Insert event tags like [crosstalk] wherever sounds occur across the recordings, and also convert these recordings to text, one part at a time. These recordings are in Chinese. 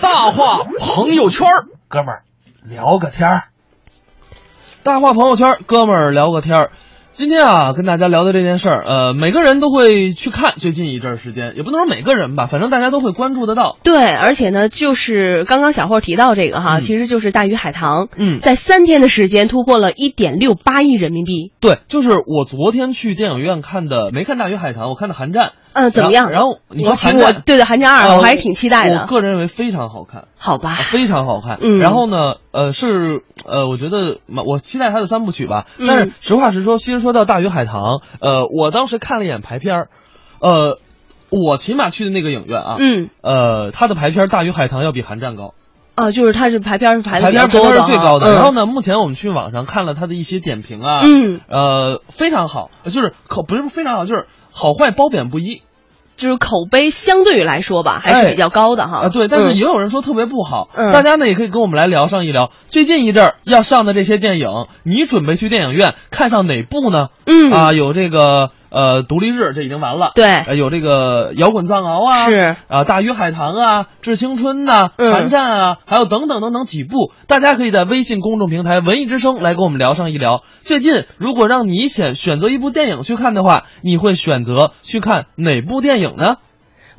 大话朋友圈儿，哥们儿聊个天儿。大话朋友圈，哥们儿聊个天儿。今天啊，跟大家聊的这件事儿，呃，每个人都会去看。最近一阵儿时间，也不能说每个人吧，反正大家都会关注得到。对，而且呢，就是刚刚小霍提到这个哈，嗯其实就是大鱼海棠，嗯在三天的时间突破了一点六八亿人民币。对，就是我昨天去电影院看的，没看《大鱼海棠》，我看的《寒战》。嗯，怎么样？然后然后你我说其寒实我战，对对《寒战二》，呃我还是挺期待我的。个人认为非常好看，好吧啊，非常好看。嗯然后呢，呃，是呃，我觉得蛮我期待他的三部曲吧。嗯但是实话实说，其实说到《大鱼海棠》，呃，我当时看了一眼排片儿，呃，我起码去的那个影院啊，嗯，呃，它的排片《大鱼海棠》要比《寒战》高，啊，就是它是排片儿是排的排比片儿排较多片的是哈，最高的。然后嗯呢，目前我们去网上看了它的一些点评啊，嗯，呃，非常好，就是口不是非常好，就是好坏褒贬不一就是口碑相对于来说吧，还是哎比较高的啊、哈。对，但是嗯也有人说特别不好，嗯大家呢也可以跟我们来聊上一聊最近一阵儿要上的这些电影，你准备去电影院看上哪部呢？嗯啊，有这个呃《独立日》，这已经完了，对呃有这个《摇滚藏獒》啊，是啊，《大鱼海棠》啊，《致青春》呐，《嗯寒战》啊，还有等等等等几部，大家可以在微信公众平台“文艺之声”来跟我们聊上一聊。最近如果让你选选择一部电影去看的话，你会选择去看哪部电影呢？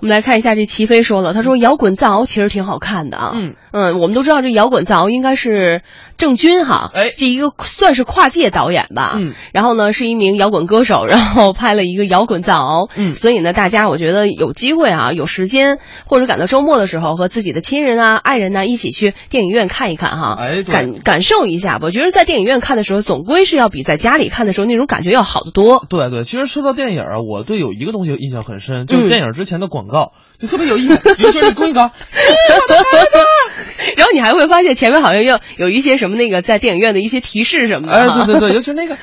我们来看一下这齐飞说了，他说摇滚藏獒其实挺好看的啊。嗯我们都知道这摇滚藏獒应该是郑钧哈，哎这一个算是跨界导演吧。嗯，然后呢是一名摇滚歌手，然后拍了一个摇滚藏獒。嗯所以呢大家我觉得有机会啊，有时间或者赶到周末的时候，和自己的亲人啊、爱人呐、一起去电影院看一看哈，哎对感感受一下吧。我觉得在电影院看的时候，总归是要比在家里看的时候那种感觉要好得多。对对，其实说到电影啊，我对有一个东西印象很深，就是嗯电影之前的广告，就特别有意思，尤其是 [laughs] 公益稿。嗯然后你还会发现前面好像要有一些什么那个在电影院的一些提示什么 [laughs] 的，哎，对对对，尤其是那 [laughs] 个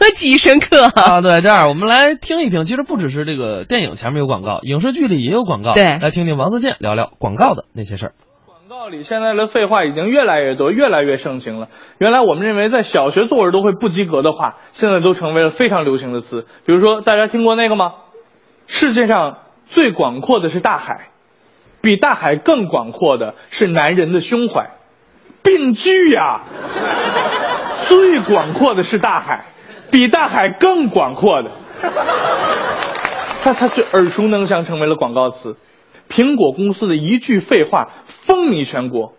对， [laughs] 记忆深刻。啊，对，这样我们来听一听。其实不只是这个电影前面有广告，影视剧里也有广告。对来听听王自健聊聊广告的那些事儿。广告里现在的废话已经越来越多，越来越盛行了。原来我们认为在小学作文都会不及格的话，现在都成为了非常流行的词。比如说，大家听过那个吗？世界上最广阔的是大海，比大海更广阔的是男人的胸怀。病句呀、最广阔的是大海，比大海更广阔的。它它最耳熟能详，成为了广告词。苹果公司的一句废话风靡全国，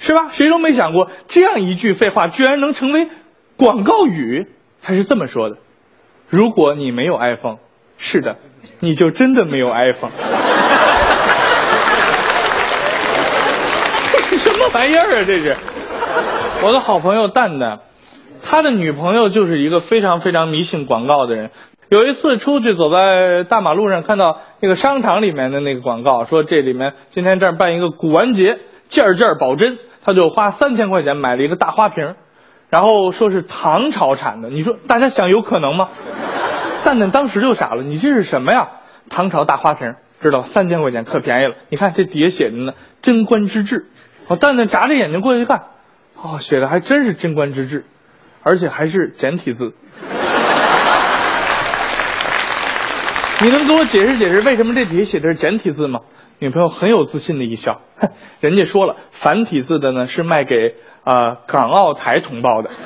是吧？谁都没想过这样一句废话居然能成为广告语。他是这么说的：如果你没有 iPhone，是的，你就真的没有 iPhone。这是什么玩意儿啊？这是我的好朋友蛋蛋，他的女朋友就是一个非常非常迷信广告的人。有一次出去走在大马路上，看到那个商场里面的那个广告，说这里面今天这儿办一个古玩节，件件保真，他就花三千块钱买了一个大花瓶儿，然后说是唐朝产的。你说大家想有可能吗？蛋蛋当时就傻了，你这是什么呀？唐朝大花瓶，知道三千块钱可便宜了。你看这底下写着呢，贞观之治。我蛋蛋眨着眼睛过去看，哦，写的还真是贞观之治，而且还是简体字。你能给我解释解释为什么这题写的是简体字吗？女朋友很有自信的一笑， [laughs] 哼人家说了，繁体字的呢是卖给呃港澳台同胞的。 [laughs]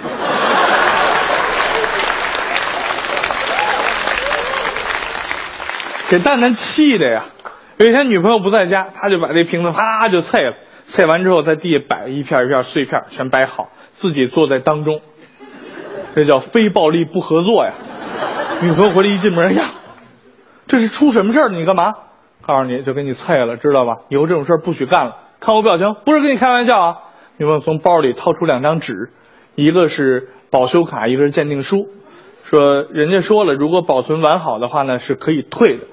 给蛋蛋气的呀！有一天女朋友不在家，他就把这瓶子啪就碎了，碎完之后在地下摆一片一片碎片，全摆好，自己坐在当中，这叫非暴力不合作呀。女朋友回来一进门，哎呀，这是出什么事儿了？你干嘛？告诉你就给你碎了，知道吧？以后这种事儿不许干了。看我表情，不是跟你开玩笑啊！女朋友从包里掏出两张纸，一个是保修卡，一个是鉴定书，说人家说了，如果保存完好的话呢，是可以退的。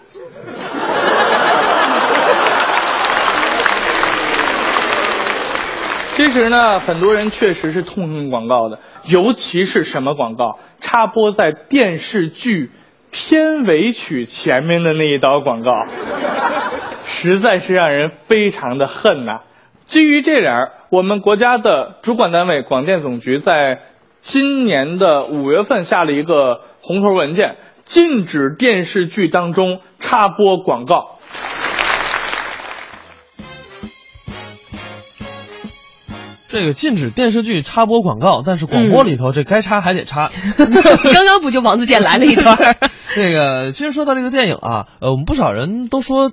其实呢，很多人确实是痛恨广告的，尤其是什么广告？插播在电视剧片尾曲前面的那一刀广告， [laughs] 实在是让人非常的恨呐、基于这点儿，我们国家的主管单位广电总局在今年的五月份下了一个红头文件，禁止电视剧当中插播广告。这个禁止电视剧插播广告，但是广嗯播里头这该插还得 [laughs] 插。哎刚刚不就王自健来了一段儿？ [laughs] 那个，其实说到这个电影啊，呃，我们不少人都说，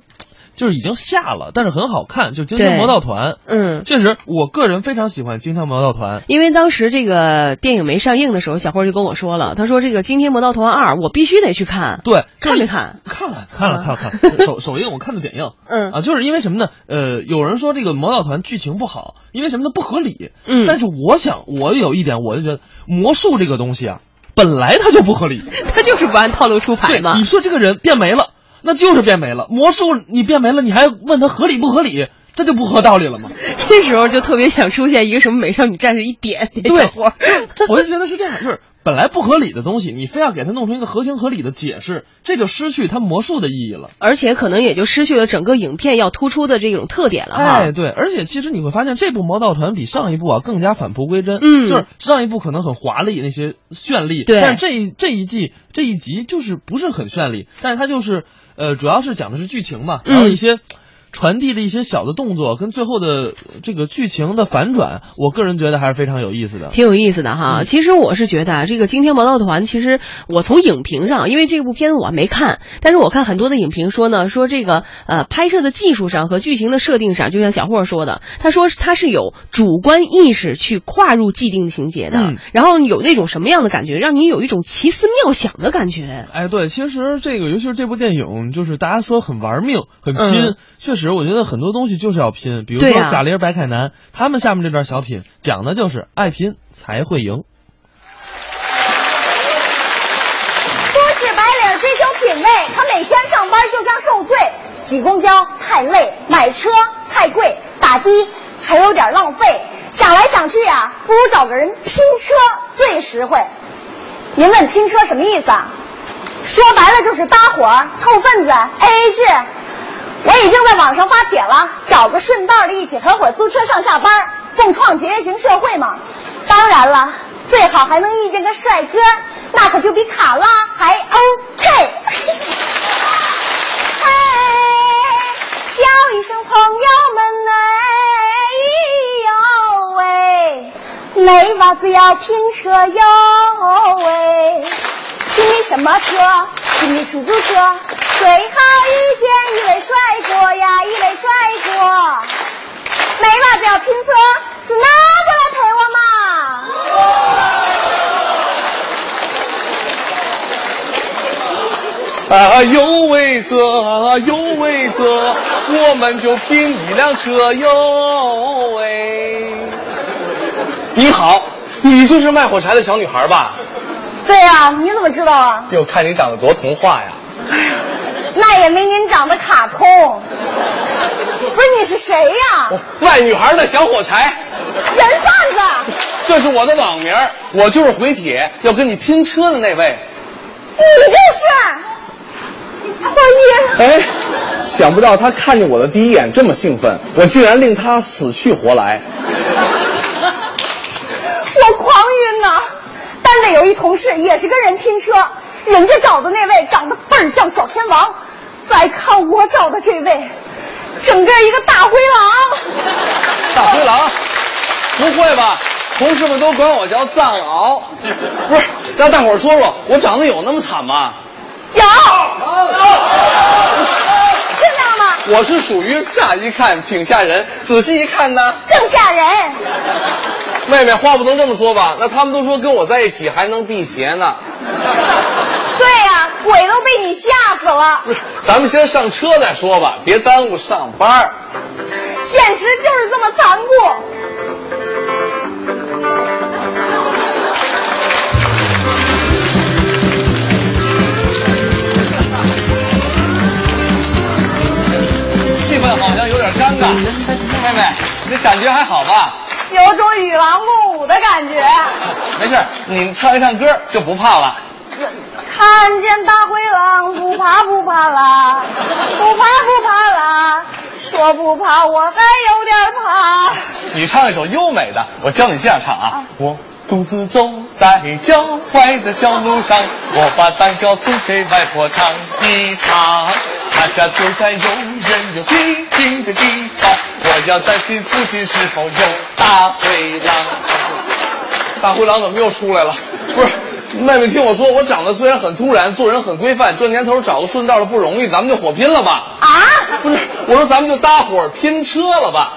就是已经下了，但是很好看，就《京腔魔盗团》。嗯，确实，我个人非常喜欢《京腔魔盗团》。因为当时这个电影没上映的时候，小辉就跟我说了，他说这个《惊天魔盗团二》我必须得去看。对，就看没看？看了，看了，看了，看了。首首映我看的点映。嗯啊，就是因为什么呢？呃，有人说这个魔盗团剧情不好，因为什么呢？不合理。嗯但是我想，我有一点，我就觉得魔术这个东西啊，本来它就不合理。他就是不按套路出牌对，嘛你。说这个人变没了，那就是变没了。魔术你变没了，你还问他合理不合理，这就不合道理了嘛。这时候就特别想出现一个什么美少女战士一点点对小伙儿。我就觉得是这样，就是本来不合理的东西，你非要给它弄成一个合情合理的解释，这就失去它魔术的意义了。而且可能也就失去了整个影片要突出的这种特点了哈。哎，对，而且其实你会发现这部《魔盗团》比上一部啊更加返璞归真，嗯就是上一部可能很华丽那些绚丽，对但是这一这一季这一集就是不是很绚丽，但是它就是呃主要是讲的是剧情嘛，嗯然后一些。传递的一些小的动作跟最后的呃这个剧情的反转，我个人觉得还是非常有意思的。挺有意思的哈。嗯其实我是觉得啊，这个《惊天魔盗团》，其实我从影评上，因为这部片子我还没看，但是我看很多的影评说呢，说这个呃拍摄的技术上和剧情的设定上，就像小霍说的，他说他是有主观意识去跨入既定情节的，嗯然后有那种什么样的感觉，让你有一种奇思妙想的感觉。 [laughs] 哎，对，其实这个，尤其是这部电影，就是大家说很玩命、很拼，嗯确实，我觉得很多东西就是要拼。比如对说呀贾玲、白凯南，他们下面这段小品讲的就是爱拼才会赢。都市白领追求品味，可每天上班就像受罪，挤公交太累，买车太贵，打的还有点浪费。想来想去啊，不如找个人拼车最实惠。您问拼车什么意思啊？说白了就是搭伙儿、凑份子、AA 制。我已经在网上发帖了，找个顺道的一起合伙租车上下班，共创节约型社会嘛。当然了，最好还能遇见个帅哥，那可就比卡拉还 OK。嗨，叫一声朋友们哎呦喂，没娃子要拼车哟喂。拼你什么车？拼你出租车。最好遇见一位帅哥呀，一位帅哥。没娃子要拼车，是哪个啊来陪我嘛？啊呦喂这，啊呦喂这，我们就拼一辆车哟喂！你好，你就是卖火柴的小女孩吧？对呀、你怎么知道啊？哟，看你长得多童话呀！ [laughs] 那也没您长得卡通。不是你是谁呀、卖女孩的小火柴，人贩子！这是我的网名儿，我就是回帖要跟你拼车的那位。你这是？我晕。哎，想不到他看见我的第一眼这么兴奋，我竟然令他死去活来。我狂晕呐、单位有一同事也是跟人拼车，人家找的那位长得倍儿像小天王，再看我找的这位，整个一个大灰狼。大灰狼，不会吧？同事们都管我叫藏獒。不是，让大伙儿说说，我长得有那么惨吗？有，是这样吗？我是属于乍一看挺吓人，仔细一看呢，更吓人。妹妹话不能这么说吧？那他们都说跟我在一起还能辟邪呢。对呀、鬼都被你吓死了。不是，咱们先上车再说吧，别耽误上班儿。现实就是这么残酷。气氛好像有点尴尬。妹妹，你感觉还好吧？有种与狼共舞的感觉，没事儿，你唱一唱歌就不怕了。看见大灰狼不怕不怕啦，不怕不怕啦，说不怕我还有点怕。你唱一首优美的，我教你这样唱啊啊！我独自走在郊外的小路上，我把蛋糕送给外婆尝一尝。大家都在用人有激情的地方，啊我要担心附近是否有大灰狼。大灰狼怎么又出来了？不是，妹妹听我说，我长得虽然很突然，做人很规范，赚钱头找个顺道的不容易，咱们就火拼了吧？啊，不是，我说咱们就搭伙拼车了吧？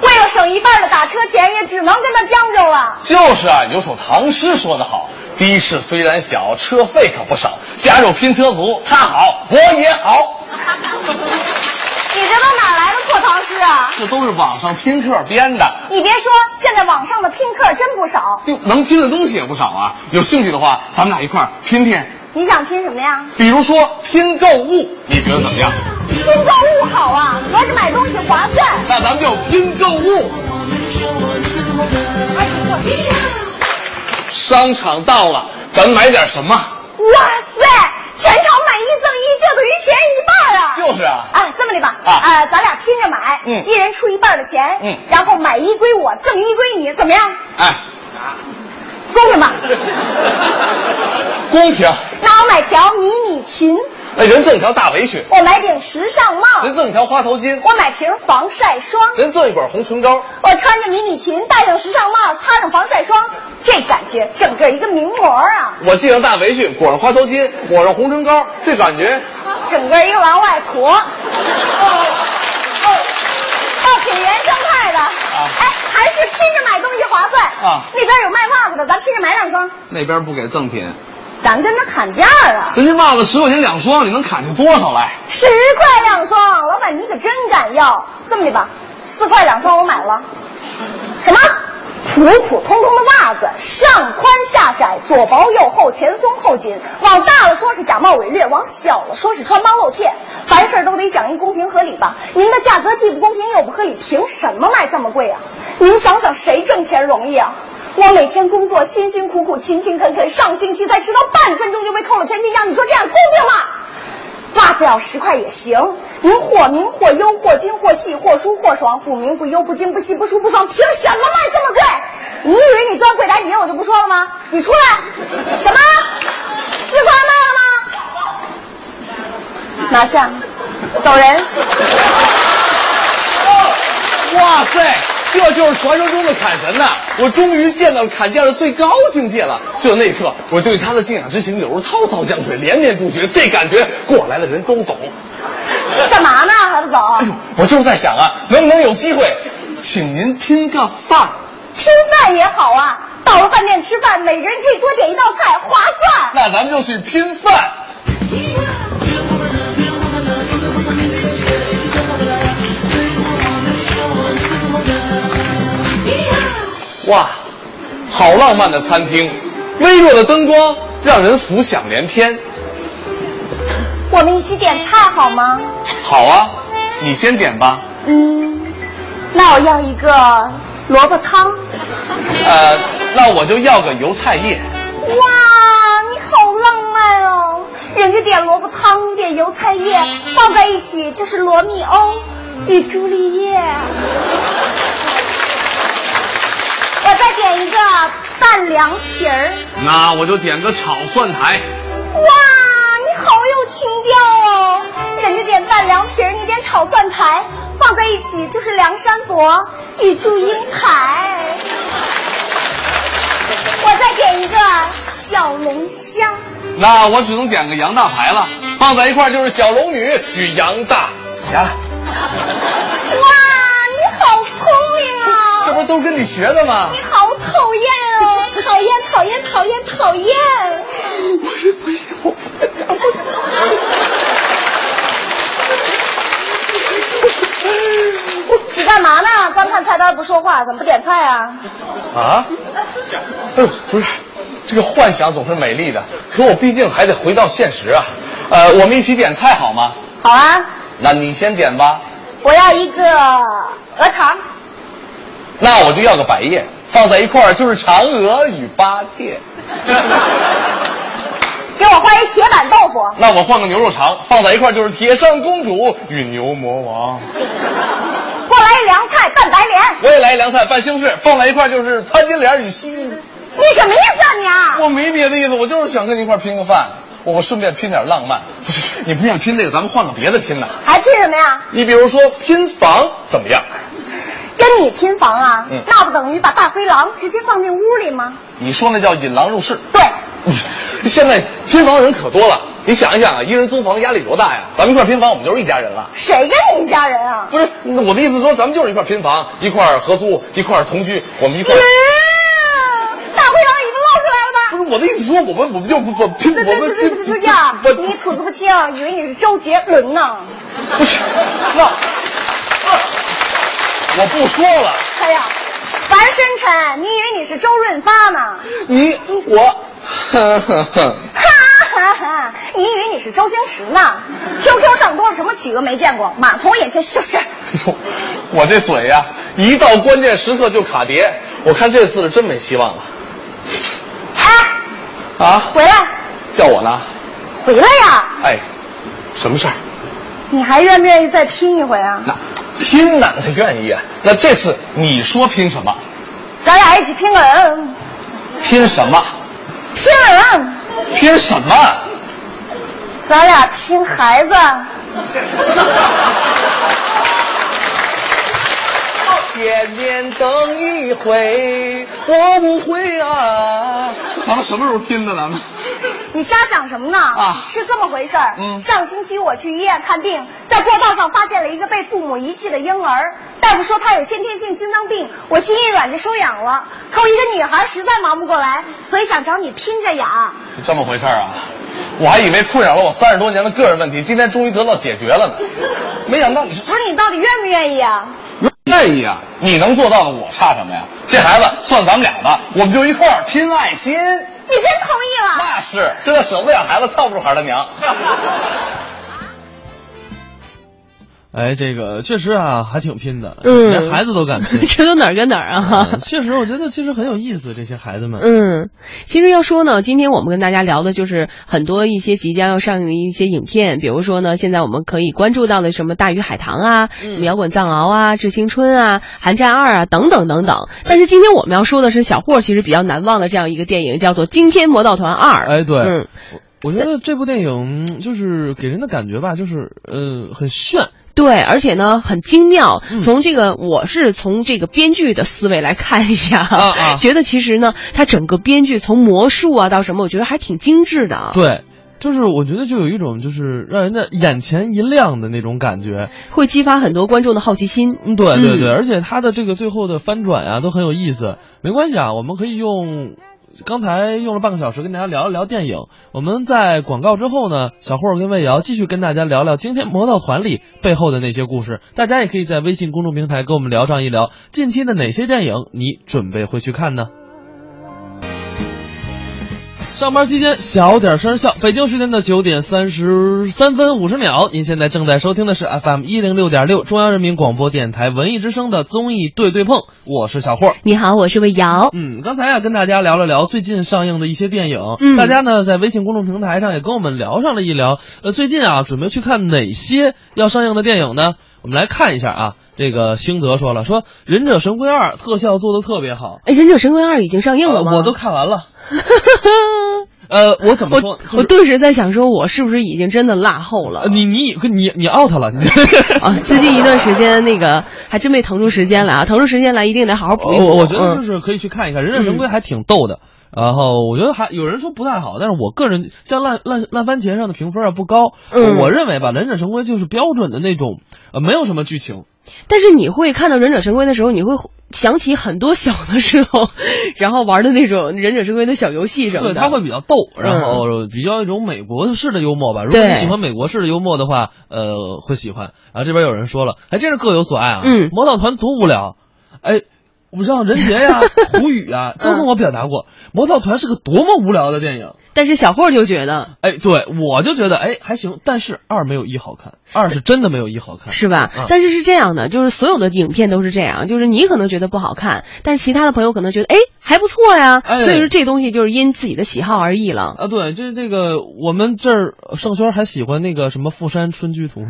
为了省一半的打车钱，也只能跟他将就了。就是啊，有首唐诗说得好：“的士虽然小，车费可不少。加入拼车族，他好，我也好。”你这都哪来的破唐诗啊？这都是网上拼客编的，你别说，现在网上的拼客真不少。哟，能拼的东西也不少啊。有兴趣的话，咱们俩一块儿拼拼，你想拼什么呀？比如说拼购物，你觉得怎么样？拼购物好啊，合着买东西划算。那咱们就拼购物。哎呦我天呀！商场到了，咱买点什么？哇塞，全场买一赠一，这等于便宜一半啊！就是啊啊，这么的吧，啊呃咱俩拼着买，嗯一人出一半的钱，嗯然后买一归我，赠一归你，怎么样？哎， [laughs] 公平吧？公平，那我买条迷你裙，那人赠一条大围裙，我买顶时尚帽，人赠一条花头巾，我买瓶防晒霜，人赠一管红唇膏，我穿着迷你裙，戴上时尚帽，擦上防晒霜，这感觉整个一个名模啊！我系上大围裙，裹上花头巾，抹上红唇膏，这感觉整个一个王外婆。哦哦，哦，挺原生态的。哎，还是拼着买东西划算。啊那边有卖袜子的，咱拼着买两双。那边不给赠品，咱跟他砍价啊，人家袜子十块钱两双，你能砍出多少来？十块两双，老板你可真敢要。这么的吧，四块两双我买了。什么？普普通通的袜子，上宽下窄，左薄右厚，前松后紧。往大了说是假冒伪劣，往小了说是穿帮露怯。凡事都得讲一公平合理吧？您的价格既不公平又不合理，凭什么卖这么贵啊？您想想，谁挣钱容易啊？我每天工作辛辛苦苦、勤勤恳恳，上星期才迟到半分钟就被扣了全勤奖，你说这样公平吗？袜子要十块也行，您或明或优或精或细或疏或爽，不明不优不精不细不疏不爽，凭什么卖这么贵？你以为你端柜台底我就不说了吗？你出来，什么？四块卖了吗？拿下，走人。哇塞，这就是传说中的砍神呐、我终于见到了砍价的最高境界了。就那一刻，我对他的敬仰之情有如滔滔江水，连绵不绝。这感觉过来的人都懂。干嘛呢？还不走？啊哎呦，我就是在想啊，能不能有机会，请您拼个饭？吃饭也好啊，到了饭店吃饭，每个人可以多点一道菜，划算。那咱们就去拼饭。哇，好浪漫的餐厅，微弱的灯光让人浮想联翩。我们一起点菜好吗？好啊，你先点吧。嗯，那我要一个萝卜汤。呃，那我就要个油菜叶。哇，你好浪漫哦！人家点萝卜汤，你点油菜叶，放在一起就是罗密欧与朱丽叶。嗯我再点一个拌凉皮儿。那我就点个炒蒜苔。哇，你好有情调哦！人家点拌凉皮儿，你点炒蒜苔，放在一起就是梁山伯与祝英台。我再点一个小龙虾。那我只能点个杨大牌了，放在一块儿就是小龙女与杨大侠，哇，你好聪这明不啊！都跟你学的吗？你好讨厌哦，讨厌，讨厌，讨厌，讨厌！不是不是，我你干嘛呢？光看菜单不说话，怎么不点菜啊？啊，哎呦，不是，这个幻想总是美丽的，可我毕竟还得回到现实啊。呃，我们一起点菜好吗？好啊，那你先点吧，我要一个鹅肠。那我就要个百叶，放在一块儿就是嫦娥与八戒。给我换一铁板豆腐。那我换个牛肉肠，放在一块儿就是铁扇公主与牛魔王。过来一凉菜拌白莲，我也来一凉菜拌西红柿，放在一块儿就是潘金莲与西。你什么意思啊你啊？我没别的意思，我就是想跟你一块儿拼个饭。我顺便拼点浪漫。 [laughs] 你不想拼这个，咱们换个别的拼呐。还拼什么呀？嗯你比如说拼房怎么样？跟你拼房啊，嗯那不等于把大灰狼直接放进屋里吗？你说那叫引狼入室。对，现在拼房人可多了，你想一想啊，一人租房压力多大呀？咱们一块拼房，我们就是一家人了。谁跟你一家人啊？不是，那我的意思说，咱们就是一块拼房，一块儿合租，一块儿同居，我们一块儿。嗯哎大灰狼尾巴不露出来了吧？是我的意思说，我们我们就不不拼，对我对们对对对呀！我你吐字不清，以为你是周杰伦呢。不是那，我不说了，哎呀，樊深沉，你以为你是周润发呢？你我， [laughs] 呵呵呵哈哈哈！你以为你是周星驰呢？QQ 上多了什么企鹅没见过？马桶也见就是。哟 [laughs] 我这嘴呀、一到关键时刻就卡碟，我看这次是真没希望了哎，啊！回来，叫我呢？回来呀！哎，什么事儿？你还愿不愿意再拼一回啊？那拼哪个愿意啊？那这次你说拼什么？咱俩一起拼个人，拼什么？拼个人，拼什么？咱俩拼孩子。见面等一回，我不会啊。咱们什么时候拼的？咱们你瞎想什么呢？啊是这么回事儿。嗯上星期我去医院看病，在过道上发现了一个被父母遗弃的婴儿。大夫说他有先天性心脏病，我心一软就收养了。可我一个女孩实在忙不过来，所以想找你拼着养。是 [laughs] 这么回事儿啊？我还以为困扰了我三十多年的个人问题，今天终于得到解决了呢。没想到你是不是你到底愿不愿意啊？愿意啊！你能做到的，我差什么呀？这孩子算咱们俩的，我们就一块儿拼爱心。你真同意了？那是真的舍不得养孩子，套不住孩儿他娘。哎，这个确实啊，还挺拼的，嗯。连孩子都敢拼这都哪儿跟哪儿啊？嗯确实，我觉得其实很有意思，这些孩子们。嗯，其实要说呢，今天我们跟大家聊的就是很多一些即将要上映的一些影片，比如说呢，现在我们可以关注到的什么《大鱼海棠》啊，嗯什么摇滚藏獒》啊，《致青春》啊，《寒战二》啊，等等等等。但是今天我们要说的是小霍其实比较难忘的这样一个电影，叫做《惊天魔盗团二》。哎，对，嗯，我觉得这部电影嗯就是给人的感觉吧，就是呃很炫，对，而且呢很精妙。嗯从这个，我是从这个编剧的思维来看一下，啊啊觉得其实呢，它整个编剧从魔术啊到什么，我觉得还挺精致的。啊对，就是我觉得就有一种就是让人家眼前一亮的那种感觉。会激发很多观众的好奇心。嗯，对对对，嗯而且他的这个最后的翻转啊都很有意思。没关系啊，我们可以用。刚才用了半个小时跟大家聊一聊电影，我们在广告之后呢，小霍儿跟魏瑶继续跟大家聊聊今天魔盗团里背后的那些故事。大家也可以在微信公众平台跟我们聊上一聊，近期的哪些电影你准备会去看呢？上班期间小点声笑。北京时间的九点三十三分五十秒，您现在正在收听的是 FM 一零六点六中央人民广播电台文艺之声的综艺对对碰，我是小霍儿。你好，我是魏瑶。嗯，刚才啊跟大家聊了聊最近上映的一些电影，嗯大家呢在微信公众平台上也跟我们聊上了一聊，呃，最近啊准备去看哪些要上映的电影呢？我们来看一下啊，这个星泽说了，说《忍者神龟二》特效做的特别好，哎，《忍者神龟二》已经上映了吗？呃我都看完 [laughs] 了，呃，我怎么说？我就是我顿时在想，说我是不是已经真的落后了？呃你你你你 out [laughs] 了，你啊，最近一段时间那个还真没腾出时间来啊，腾出时间来一定得好好补一补。我我觉得就嗯、是可以去看一看，人家神龟还挺逗的。然后我觉得还有人说不太好，但是我个人像烂烂烂番茄上的评分啊不高，嗯我认为吧，忍者神龟就是标准的那种，呃，没有什么剧情，但是你会看到《忍者神龟》的时候，你会想起很多小的时候， [laughs] 然后玩的那种《忍者神龟》的小游戏什么对，的。它会比较逗，然后比较一种美国式的幽默吧。如果嗯对你喜欢美国式的幽默的话，呃，会喜欢。然后这边有人说了，还真是各有所爱啊。嗯魔盗团多无聊，哎。我让任杰 [laughs] 呀、胡宇啊，都跟我表达过，魔盗团》是个多么无聊的电影。但是小霍就觉得哎，对，我就觉得哎还行，但是二没有一好看，二是真的没有一好看。是吧、嗯但是是这样的，就是所有的影片都是这样，就是你可能觉得不好看，但是其他的朋友可能觉得哎还不错呀、哎所以说这东西就是因自己的喜好而 [laughs] 异了。啊，对，这这个我们这儿盛轩还喜欢那个什么富山春居图，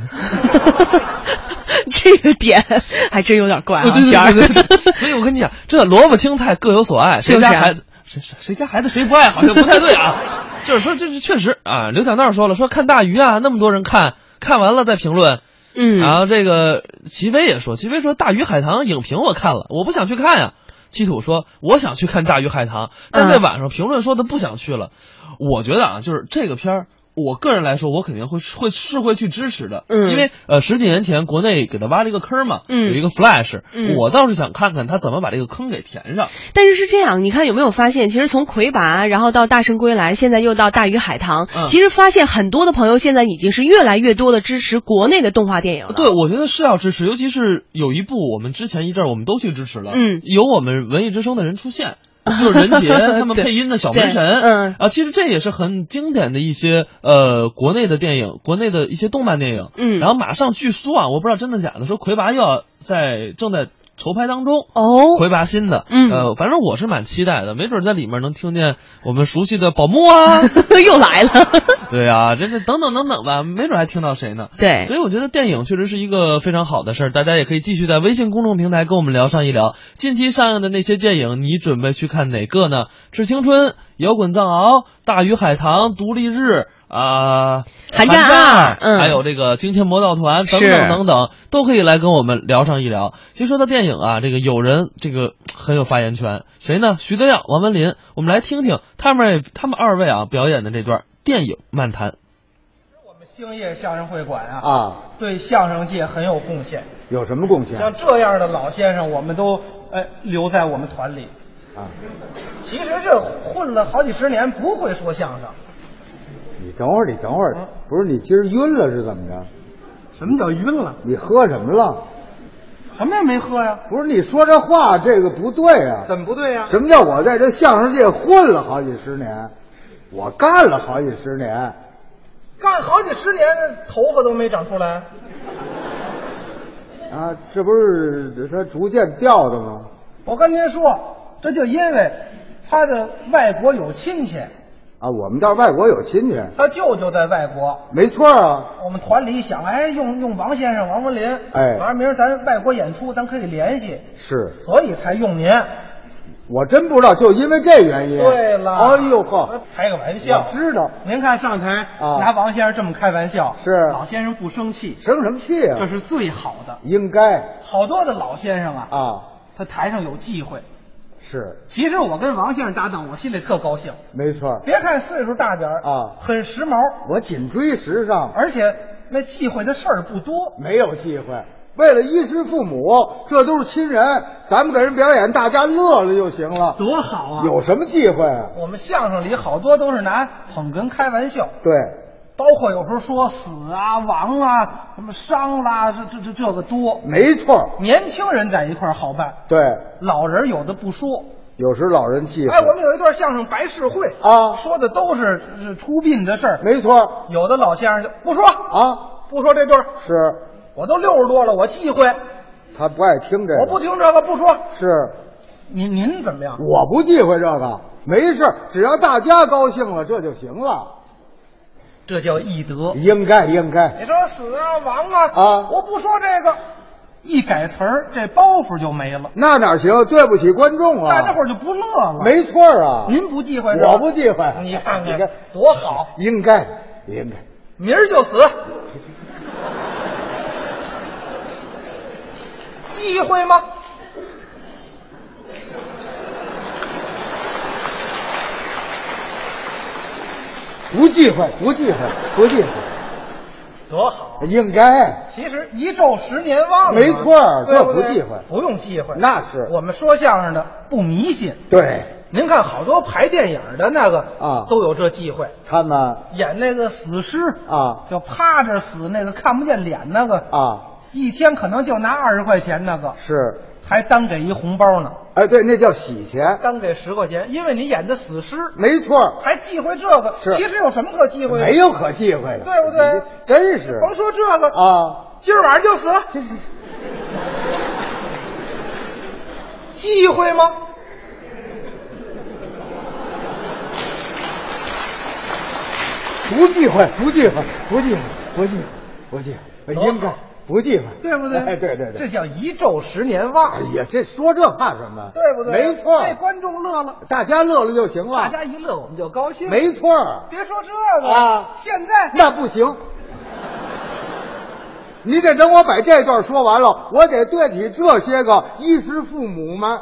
这个点还真有点怪啊，对璇儿。对对对对 [laughs] 所以我跟你讲，这萝卜青菜各有所爱，谁就是家啊孩子谁谁谁家孩子谁不爱，好像不太对啊。 [laughs] 就是说，这是确实啊。刘小闹说了，说看大鱼啊，那么多人看，看完了再评论。 [laughs] 嗯，然后这个齐飞也说，齐飞说《大鱼海棠》影评我看了，我不想去看呀、七土说我想去看《大鱼海棠》，但在网上评论说的不想去了。嗯我觉得啊，就是这个片儿。我个人来说，我肯定会会是会去支持的，嗯因为呃十几年前国内给他挖了一个坑嘛，嗯有一个 Flash，、嗯我倒是想看看他怎么把这个坑给填上。但是是这样，你看有没有发现，其实从魁拔，然后到大圣归来，现在又到大鱼海棠，嗯其实发现很多的朋友现在已经是越来越多的支持国内的动画电影了。对，我觉得是要支持，尤其是有一部我们之前一阵儿我们都去支持了，嗯有我们文艺之声的人出现，就是任杰他们 [laughs] 对配音的小对门神，嗯啊，其实这也是很经典的一些呃国内的电影，国内的一些动漫电影，嗯然后马上据说啊，我不知道真的假的，说魁拔又要在正在筹拍当中。哦， [laughs] 魁拔新的，嗯呃，反正我是蛮期待的，没准在里面能听见我们熟悉的宝木 [laughs] 啊，又来了， [laughs] 对啊，这这等等等等吧，没准还听到谁呢。对，所以我觉得电影确实是一个非常好的事儿，大家也可以继续在微信公众平台跟我们聊上一聊近期上映的那些电影，你准备去看哪个呢？《致青春》《摇滚藏獒》《大鱼海棠》《独立日》啊、寒战战二嗯还有这个《惊天魔盗团》等是等等等，都可以来跟我们聊上一聊。其实说到电影啊，这个有人这个很有发言权，谁呢？徐德亮、王文林，我们来听听他们他们二位啊表演的这段电影漫谈。我们兴业相声会馆啊，啊，对相声界很有贡献。有什么贡献？像这样的老先生，我们都哎留在我们团里。啊，其实这混了好几十年，不会说相声。你等会儿，你等会儿，不是你今儿晕了是怎么着？什么叫晕了？你喝什么了？什么也没喝呀？不是你说这话这个不对啊！怎么不对呀？什么叫我在这相声界混了好几十年，我干了好几十年，干好几十年，头发都没长出来。啊，这不是它逐渐掉的吗？我跟您说，这就因为他的外国有亲戚，啊，我们到外国有亲戚，他舅舅在外国，没错啊。我们团里一想，哎，用用王先生、王文林，哎完了明儿咱外国演出，咱可以联系，是所以才用您。我真不知道，就因为这原因。对了，哎呦呵，，开个玩笑我，知道，您看上台、啊拿王先生这么开玩笑，是老先生不生气，生什么气啊？这是最好的。应该好多的老先生啊，啊，他台上有忌讳。是其实我跟王先生搭档，我心里特高兴。没错儿。别看岁数大点儿啊很时髦，我紧追时尚，而且那忌讳的事儿不多。没有忌讳。为了衣食父母，这都是亲人，咱们给人表演，大家乐了就行了，多好啊！有什么忌讳啊？我们相声里好多都是拿捧哏开玩笑，对，包括有时候说死啊、亡啊、什么伤啦、这这这这个多。没错儿，年轻人在一块儿好办，对，老人有的不说。有时老人忌讳。哎，我们有一段相声白事会啊说的都是是出殡的事儿。没错儿有的老先生就不说啊，啊，不说这段儿，是我都六十多了，我忌讳，他不爱听这个，我不听这个，不说。是，您您怎么样？我不忌讳这个，没事儿，只要大家高兴了，这就行了。这叫义德。应该应该你说死啊亡啊啊我不说这个，一改词儿，这包袱就没了，那哪行？对不起观众啊！大哎家伙儿就不乐了。，啊没错儿啊，您不忌讳这个？我不忌讳。你看你看多好，应该应该。明儿就死。忌讳吗？不忌讳，不忌讳，不忌讳，多好！应该其实一昼十年旺嘛，没错儿对对这不忌讳不用忌讳。那是我们说相声的不迷信。对您看好多排电影的那个啊都有这忌讳。他们演那个死尸啊就趴着死那个看不见脸那个，啊一天可能就拿二十块钱那个，是，还单给一红包呢，哎，对，那叫洗钱，单给十块钱，因为你演的死尸，没错儿，还忌讳这个，是其实有什么可忌讳的？没有可忌讳的，对不对你这真是甭说这个，啊，今儿晚上就死，这是忌讳吗？不忌讳，不忌讳，不忌讳，不忌讳，不忌讳，应该不忌讳，对不对？哎，对对对，这叫一昼十年望哎，呀，这说这怕什么？对不对？没错，这观众乐了，大家乐乐就行了。大家一乐我们就高兴。没错，别说这个啊现在那不行。你得等我把这段说完了，我得对起这些个衣食父母们。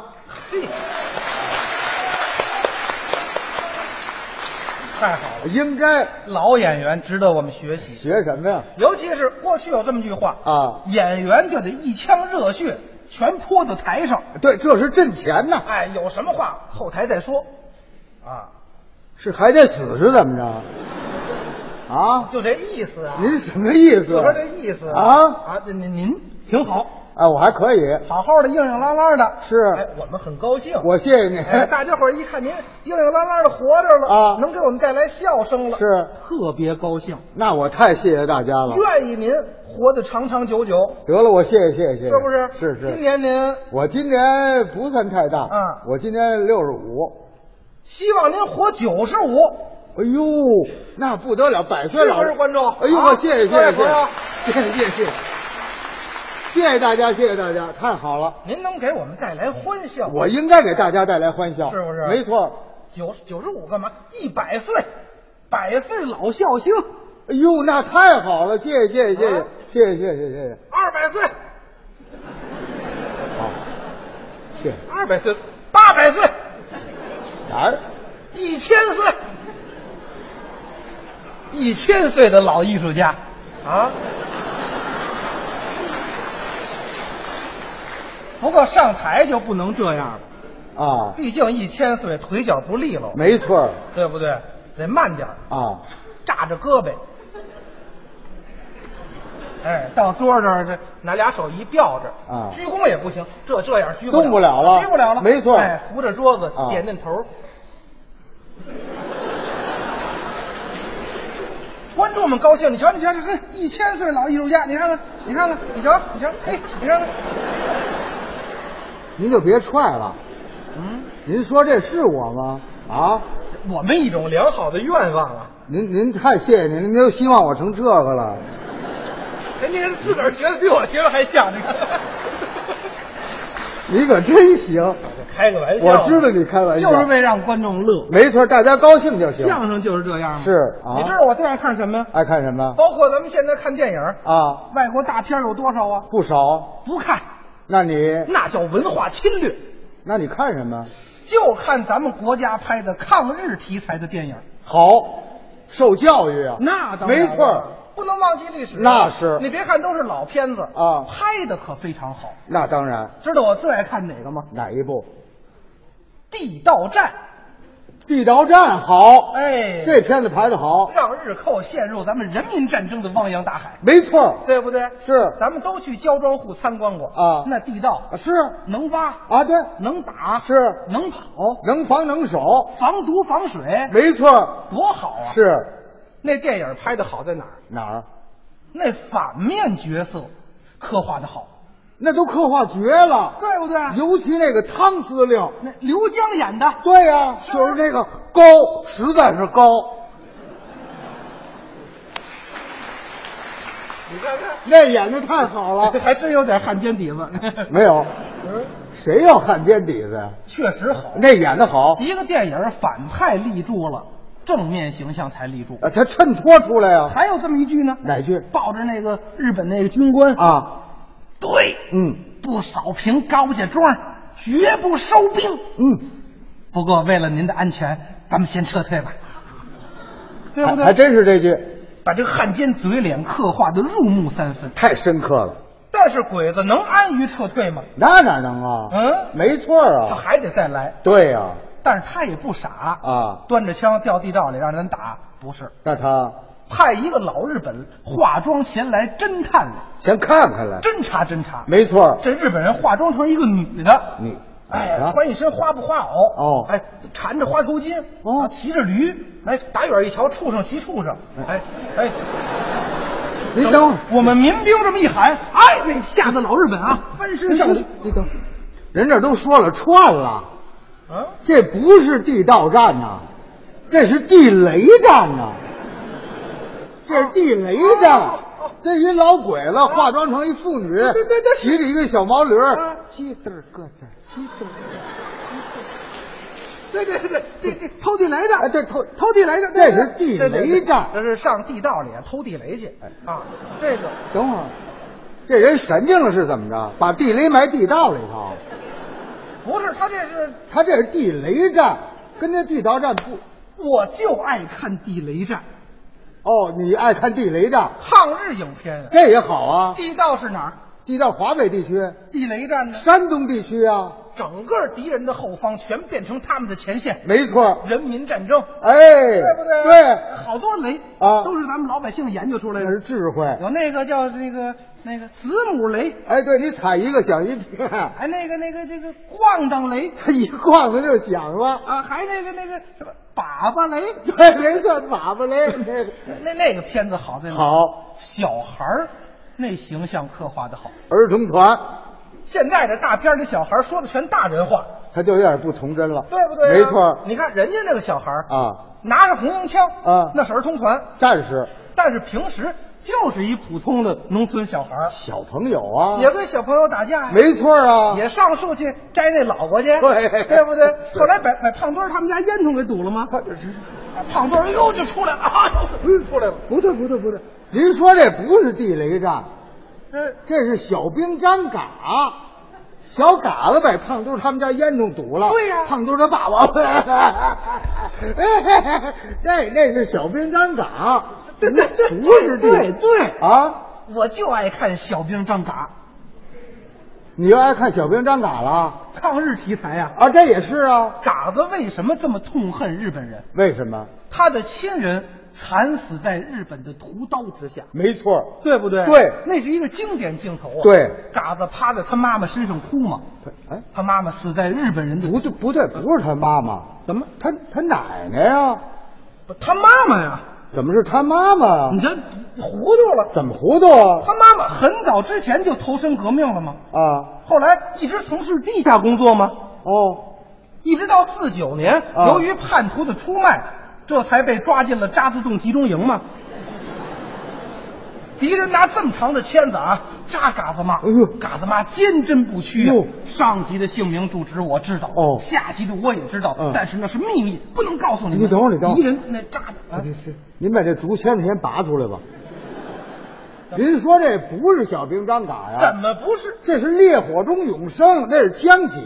太好了，应该老演员值得我们学习，哎学什么呀？尤其是过去有这么句话啊演员就得一腔热血全泼到台上，对，这是挣钱呐，哎，有什么话后台再说，啊，是还得死是怎么着？啊，就这意思啊。您什么意思？就说这意思啊？啊，这您您挺好，哎，我还可以，好好的硬硬拉拉的，是哎，我们很高兴。我谢谢你。 [laughs] 哎，大家伙儿一看您硬硬拉拉的活着了啊能给我们带来笑声了，是特别高兴。那我太谢谢大家了。愿意您活得长长久久，得了，我谢谢谢谢谢谢，是不是？是是。今年您我今年不算太大，啊我今年六十五。希望您活九十五，哎呦，那不得了，百岁是老不人是观众？哎呦，啊我谢谢谢各位谢朋友，谢谢谢谢谢谢，谢谢大家谢谢大家，太好了，您能给我们带来欢笑。我应该给大家带来欢笑，是不是没错。九九十五干嘛？一百岁，百岁老孝星，哎呦，那太好了，谢谢谢谢谢啊谢谢谢谢谢谢谢，二百岁，好，谢谢二百岁，八百岁，哪儿？一千岁，一千岁的老艺术家啊！不过上台就不能这样了，啊，毕竟一千岁腿脚不利落，没错儿对不对？得慢点儿，啊，炸着胳膊。哎，到桌这儿这拿俩手一吊着，啊鞠躬也不行，这这样鞠动不了了鞠不了了，没错哎，扶着桌子啊点点头。观众们高兴，你瞧，你瞧，这嘿，一千岁老艺术家，你看看，你看看，你瞧，你瞧，嘿，你看看，您就别踹了，嗯，您说这是我吗？啊，我们一种良好的愿望啊，您您太谢谢您，您都希望我成这个了。人家自个儿学的比我学的还像，你看，你可真行，开个玩笑，我知道你开玩笑就是为让观众乐。没错，大家高兴就行。相声就是这样嘛。是啊你知道我最爱看什么呀？爱看什么包括咱们现在看电影，啊？外国大片有多少啊？不少。不看，那你那叫文化侵略。那你看什么？就看咱们国家拍的抗日题材的电影，好，受教育啊。没没错错儿，，不能忘记历史。那是你别看都是老片子啊拍的可非常好。那当然。知道我最爱看哪个吗？哪一部？地道战，地道战好，哎这片子拍的好，让日寇陷入咱们人民战争的汪洋大海，没错儿，对不对？是咱们都去焦庄户参观过啊那地道啊是能挖，啊，对，能打，是能跑，能防能守，防毒防水，没错儿，多好啊！是那电影拍的好在哪儿？哪儿？那反面角色刻画的好，那都刻画绝了，对不对？尤其那个汤司令，那刘江演的，对呀、是就是这个高，实在是高。你看看，那演的太好了 [laughs] 这。还真有点汉奸底子。 [laughs] 没有，嗯谁要汉奸底子呀？确实好，那演的好，一个电影反派立住了，正面形象才立住。啊，他衬托出来啊呀、还有这么一句呢，哪句抱着那个日本那个军官，啊？对，嗯不扫平高家庄，绝不收兵。嗯，不过为了您的安全，咱们先撤退吧，对不还对？还真是这句，把这个汉奸嘴脸刻画的入木三分。太深刻了。但是鬼子能安于撤退吗？那哪能啊？嗯没错儿他啊。还得再来。对呀、但是他也不傻啊端着枪掉地道里让人打，不是那他派一个老日本化妆前来侦探来先看看来，侦查侦查。没错儿。这日本人化妆成一个女的，你哎啊，穿一身花布花袄，哦哎，缠着花头巾，哦啊骑着驴，哎，打远一瞧，畜生骑畜生，哎哎，您等会儿，我们民兵这么一喊，哎，吓得老日本啊翻身上您去，您等会儿，人这都说了串了，啊，这不是地道战呐、这是地雷战呐、这是地雷战。哦这一老鬼子化妆成一妇女，对对对对啊骑着一个小毛驴儿，鸡嘚儿咯嘚儿，鸡嘚儿咯嘚儿。对对对，这这偷地雷的，对偷偷地雷的，哎这是地对对对雷战哎这是上地道里偷地雷去啊！这个等会儿，这人神经了是怎么着？把地雷埋地道里头，不是他这是，他这是地雷战，跟那地道战不？我就爱看地雷战，哦，你爱看地雷战，抗日影片啊。这也好啊。地道是哪儿？地道华北地区、地雷战呢？山东地区啊，整个敌人的后方全变成他们的前线，没错儿。人民战争，哎，对不对？对，好多雷啊都是咱们老百姓研究出来这的。是智慧。有那个叫那个那个子母雷，哎，对你踩一个响一片，哎，那个那个那个咣当雷它一晃它就响了。啊，还那个那个什么粑粑雷，对，没错，粑粑嘞，那个那那个片子好在哪儿，好，小孩儿那形象刻画的好。儿童团，现在这大片里小孩儿说的全大人话，它就有点不童真了，对不对啊、没错儿你看人家那个小孩儿啊，拿着红缨枪啊那是儿童团，战士，但是平时就是一普通的农村小孩儿，小朋友啊，也跟小朋友打架呀，没错啊，也上树去摘那老瓜去，对对不对？对啊后来把把胖墩儿他们家烟囱给堵了吗？胖墩儿哎呦就出来了，啊， [laughs] 嗯呦出来了。不对不对不对，您说这不是地雷战，这这是小兵张嘎，小嘎子把胖墩儿他们家烟囱堵了，对呀胖墩儿他爸 [laughs] 爸，哎，那那是小兵张嘎，对对对不是地雷对对啊，我就爱看小兵张嘎，你又爱看小兵张嘎了抗日题材啊。啊？这也是啊，嘎子为什么这么痛恨日本人？为什么？他的亲人惨死在日本的屠刀之下，没错儿，对不对？对那是一个经典镜头啊。对，嘎子趴在他妈妈身上哭嘛，哎，他妈妈死在日本人的不对不对，不是他妈妈，怎么？他他奶奶呀、不他妈妈呀，怎么是他妈妈啊你这糊涂了。怎么糊涂啊？他妈妈很早之前就投身革命了吗？啊，后来一直从事地下工作吗？哦，一直到四九年，啊由于叛徒的出卖，这才被抓进了渣滓洞集中营嘛。敌人拿这么长的签子啊，扎嘎子妈，哎呦嘎子妈坚贞不屈啊哟！上级的姓名住址我知道，哦下级的我也知道，嗯但是那是秘密，不能告诉你们。你等会儿你等会儿敌人那扎的、啊，您把这竹签子先拔出来吧。 [laughs] 您说这不是小兵张嘎怎呀？么不是？这是烈火中永生，那是江姐，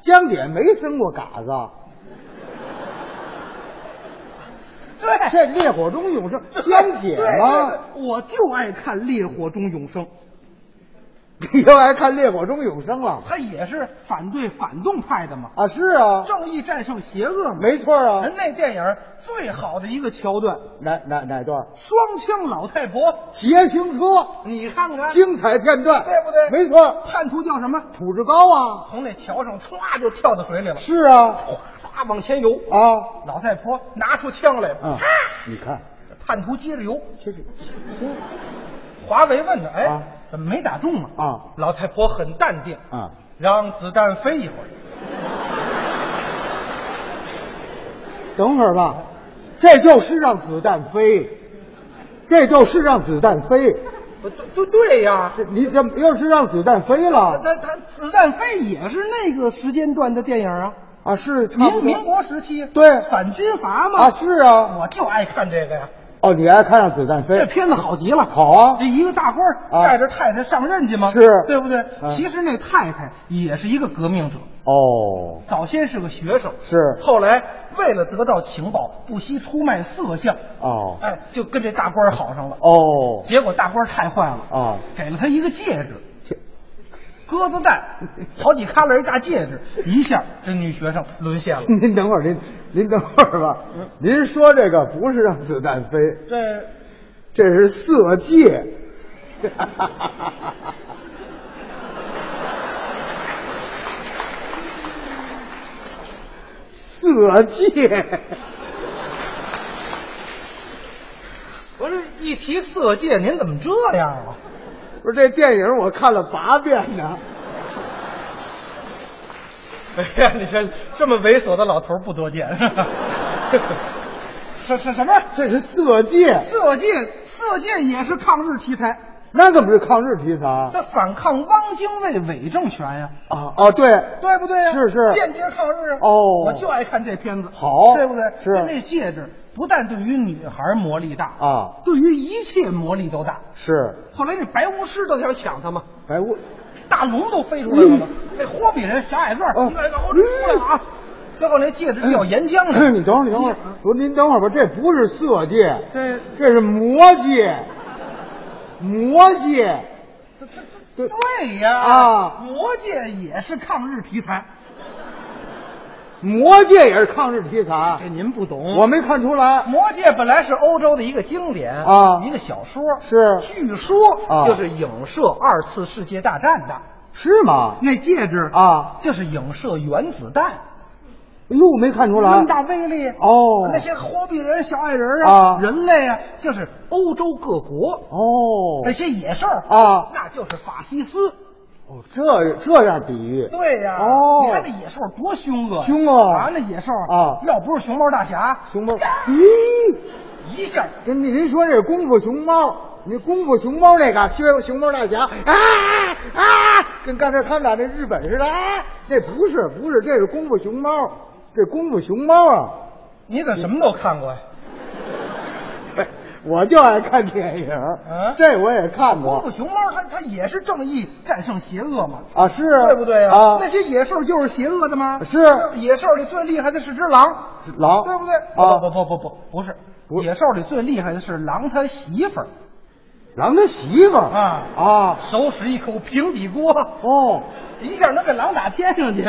江姐没生过嘎子，对，这烈火中永生，江姐 [laughs] 对对吗？对我就爱看《烈火中永生》，你又爱看烈火中永生了他也是反对反动派的嘛，啊？是啊，正义战胜邪恶嘛。没错啊人。那电影最好的一个桥段，哪哪哪段？双枪老太婆，捷行车，你看看，精彩片段，嗯对不对没错，叛徒叫什么？土制高啊，从那桥上歘就跳到水里了，是啊，唰唰往前游。啊老太婆拿出枪来，啊啪！，你看，叛徒接着游。这是华为问他，哎，啊怎么没打中啊？啊老太婆很淡定，啊，让子弹飞一会儿。等会儿吧，这就是让子弹飞，这就是让子弹飞，不对对对呀，这你怎么又是让子弹飞了他他子弹飞也是那个时间段的电影啊，啊？是差不多民民国时期，对反军阀嘛啊？是啊，我就爱看这个呀，哦，你爱看让子弹这飞，片子哎好极了。好啊这，一个大官儿啊带着太太上任去嘛，是对不对？嗯其实那太太也是一个革命者，哦，早先是个学生，是后来为了得到情报，不惜出卖色相，哦，哎，就跟这大官儿好上了。哦，结果大官儿太坏了，啊， [laughs] 给了他一个戒指，鸽子蛋，好几旮旯一大戒指，一下这女学生沦陷了。您等会儿，您您等会儿吧，您说这个不是让子弹飞，这这是色戒。色戒，不是一提色戒，您怎么这样啊？ [laughs] 不是这电影我看了八遍呢。哎呀，你这这么猥琐的老头儿不多 [laughs] 见，是吧？什什什么这是色戒，色戒？色色戒也是抗日题材，那怎么是抗日题材啊？那反抗汪精卫伪政权呀、啊啊，对，对不对呀、是是间接抗日啊！哦我就爱看这片子，好对不对？是那那戒指不但对于女孩魔力大啊对于一切魔力都大。是哎后来那白巫师都想抢他嘛，白雾，大龙都飞出来了嘛，那豁比人、小矮个儿，嗯哦嗯越来越高出来了啊！最后那戒指掉岩浆了。你等会儿，你等会儿，不，您等会儿吧，这不是色戒，这这是魔戒，魔戒，这这对对呀啊魔戒也是抗日题材，魔戒也是抗日题材，这您不懂。我没看出来。魔戒本来是欧洲的一个经典啊一个小说是据说啊就是影射二次世界大战的是吗？那戒指啊就是影射原子弹，哟，没看出那来么。大威力哦那些豁比人、小矮人啊人类啊，就是欧洲各国哦那，些野兽啊那就是法西斯。哦这这样比喻，对呀、哦你看那野兽多凶恶呀，凶啊那野兽啊要不是熊猫大侠，熊猫，咦，一下跟您您说这功夫熊猫，你功夫熊猫那个熊熊猫大侠啊啊，跟刚才他们俩那日本似的，啊，这不是不是，这是功夫熊猫，这功夫熊猫啊，你怎么什么都看过呀？我就爱看电影，嗯这我也看功过夫熊猫它它也是正义战胜邪恶嘛，啊，是对不对啊？那些野兽就是邪恶的吗？是野兽里最厉害的是只狼，狼对不对？啊不不不不不是，不野兽里最厉害的是狼他媳妇儿，狼他媳妇儿啊啊手使一口平底锅， [laughs] 哦，一下能给狼打天上去。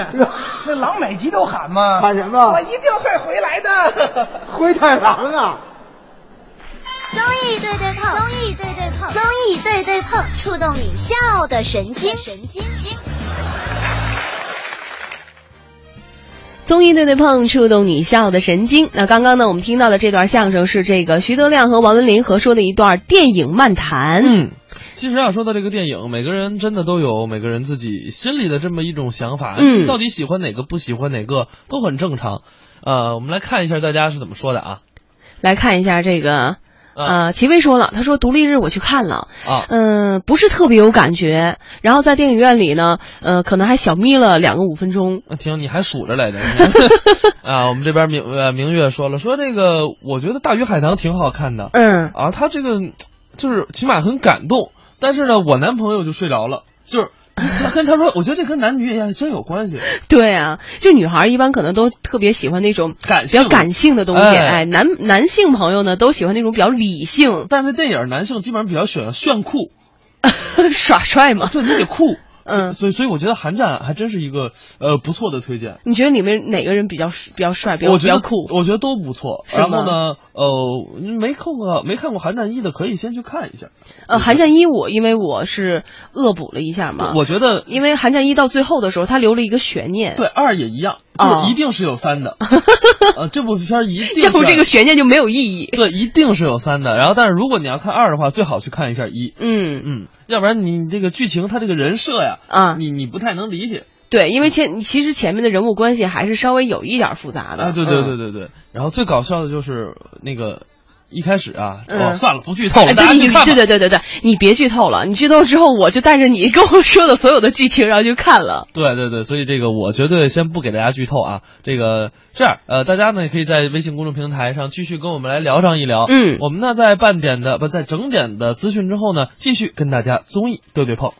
那狼每集都喊嘛，哎喊什么我一定会回来的。灰太狼啊，综艺对对碰，综艺对对碰，综艺对对碰，触动你笑的神经，神经经。综艺对对碰，触动你笑的神经。那刚刚呢，我们听到的这段相声是这个徐德亮和王文林合说的一段电影漫谈。嗯， [coughs] 其实啊，说到这个电影，每个人真的都有每个人自己心里的这么一种想法，嗯到底喜欢哪个，不喜欢哪个，都很正常。呃，我们来看一下大家是怎么说的啊。来看一下这个，啊呃，齐薇说了，她说《独立日》我去看了，啊嗯、不是特别有感觉，然后在电影院里呢，呃，可能还小眯了两个五分钟。行，你还数着来着 [laughs] 啊！我们这边明呃明月说了，说这个我觉得《大鱼海棠》挺好看的嗯，啊，他这个嗯就是起码很感动，但是呢，我男朋友就睡着了，就是他跟他说，我觉得这跟男女也真有关系，对啊，就女孩一般可能都特别喜欢那种感比较性感性的东西，哎哎，男男性朋友呢都喜欢那种比较 [laughs] 理性，但是电影男性基本上比较喜欢炫酷，耍帅嘛。对你得酷。嗯，所以所以我觉得寒战还真是一个呃不错的推荐。你觉得里面哪个人比较比较帅，比较我比觉得较酷？我觉得都不错。是吗然后呢，呃，没看过没看过《寒战一》的，可以先去看一下。呃，韩战一我因为我是恶补了一下嘛，我觉得因为韩战一到最后的时候，他留了一个悬念， [laughs] 对二也一样，就哦是一定是有三 [laughs] 的。呃，这部片儿一定要不是这个悬念就没有意义。对一定是有三的。然后，但是如果你要看二的话，最好去看一下一。嗯，嗯，要不然你你这个剧情它这个人设呀，啊你你不太能理解对，因为前其实前面的人物关系还是稍微有一点复杂的。啊。对对嗯对对对。然后最搞笑的就是那个一开始啊，嗯哦，算了，不剧透了，哎，大对，家你去看吧对对对对对，你别剧透了，你剧透之后，我就带着你跟我说的所有的剧情，然后就看了。对对对，所以这个我绝对先不给大家剧透啊。这个这样，呃，大家呢可以在微信公众平台上继续跟我们来聊上一聊。嗯我们呢在半点的不在整点的资讯之后呢，继续跟大家综艺对对碰。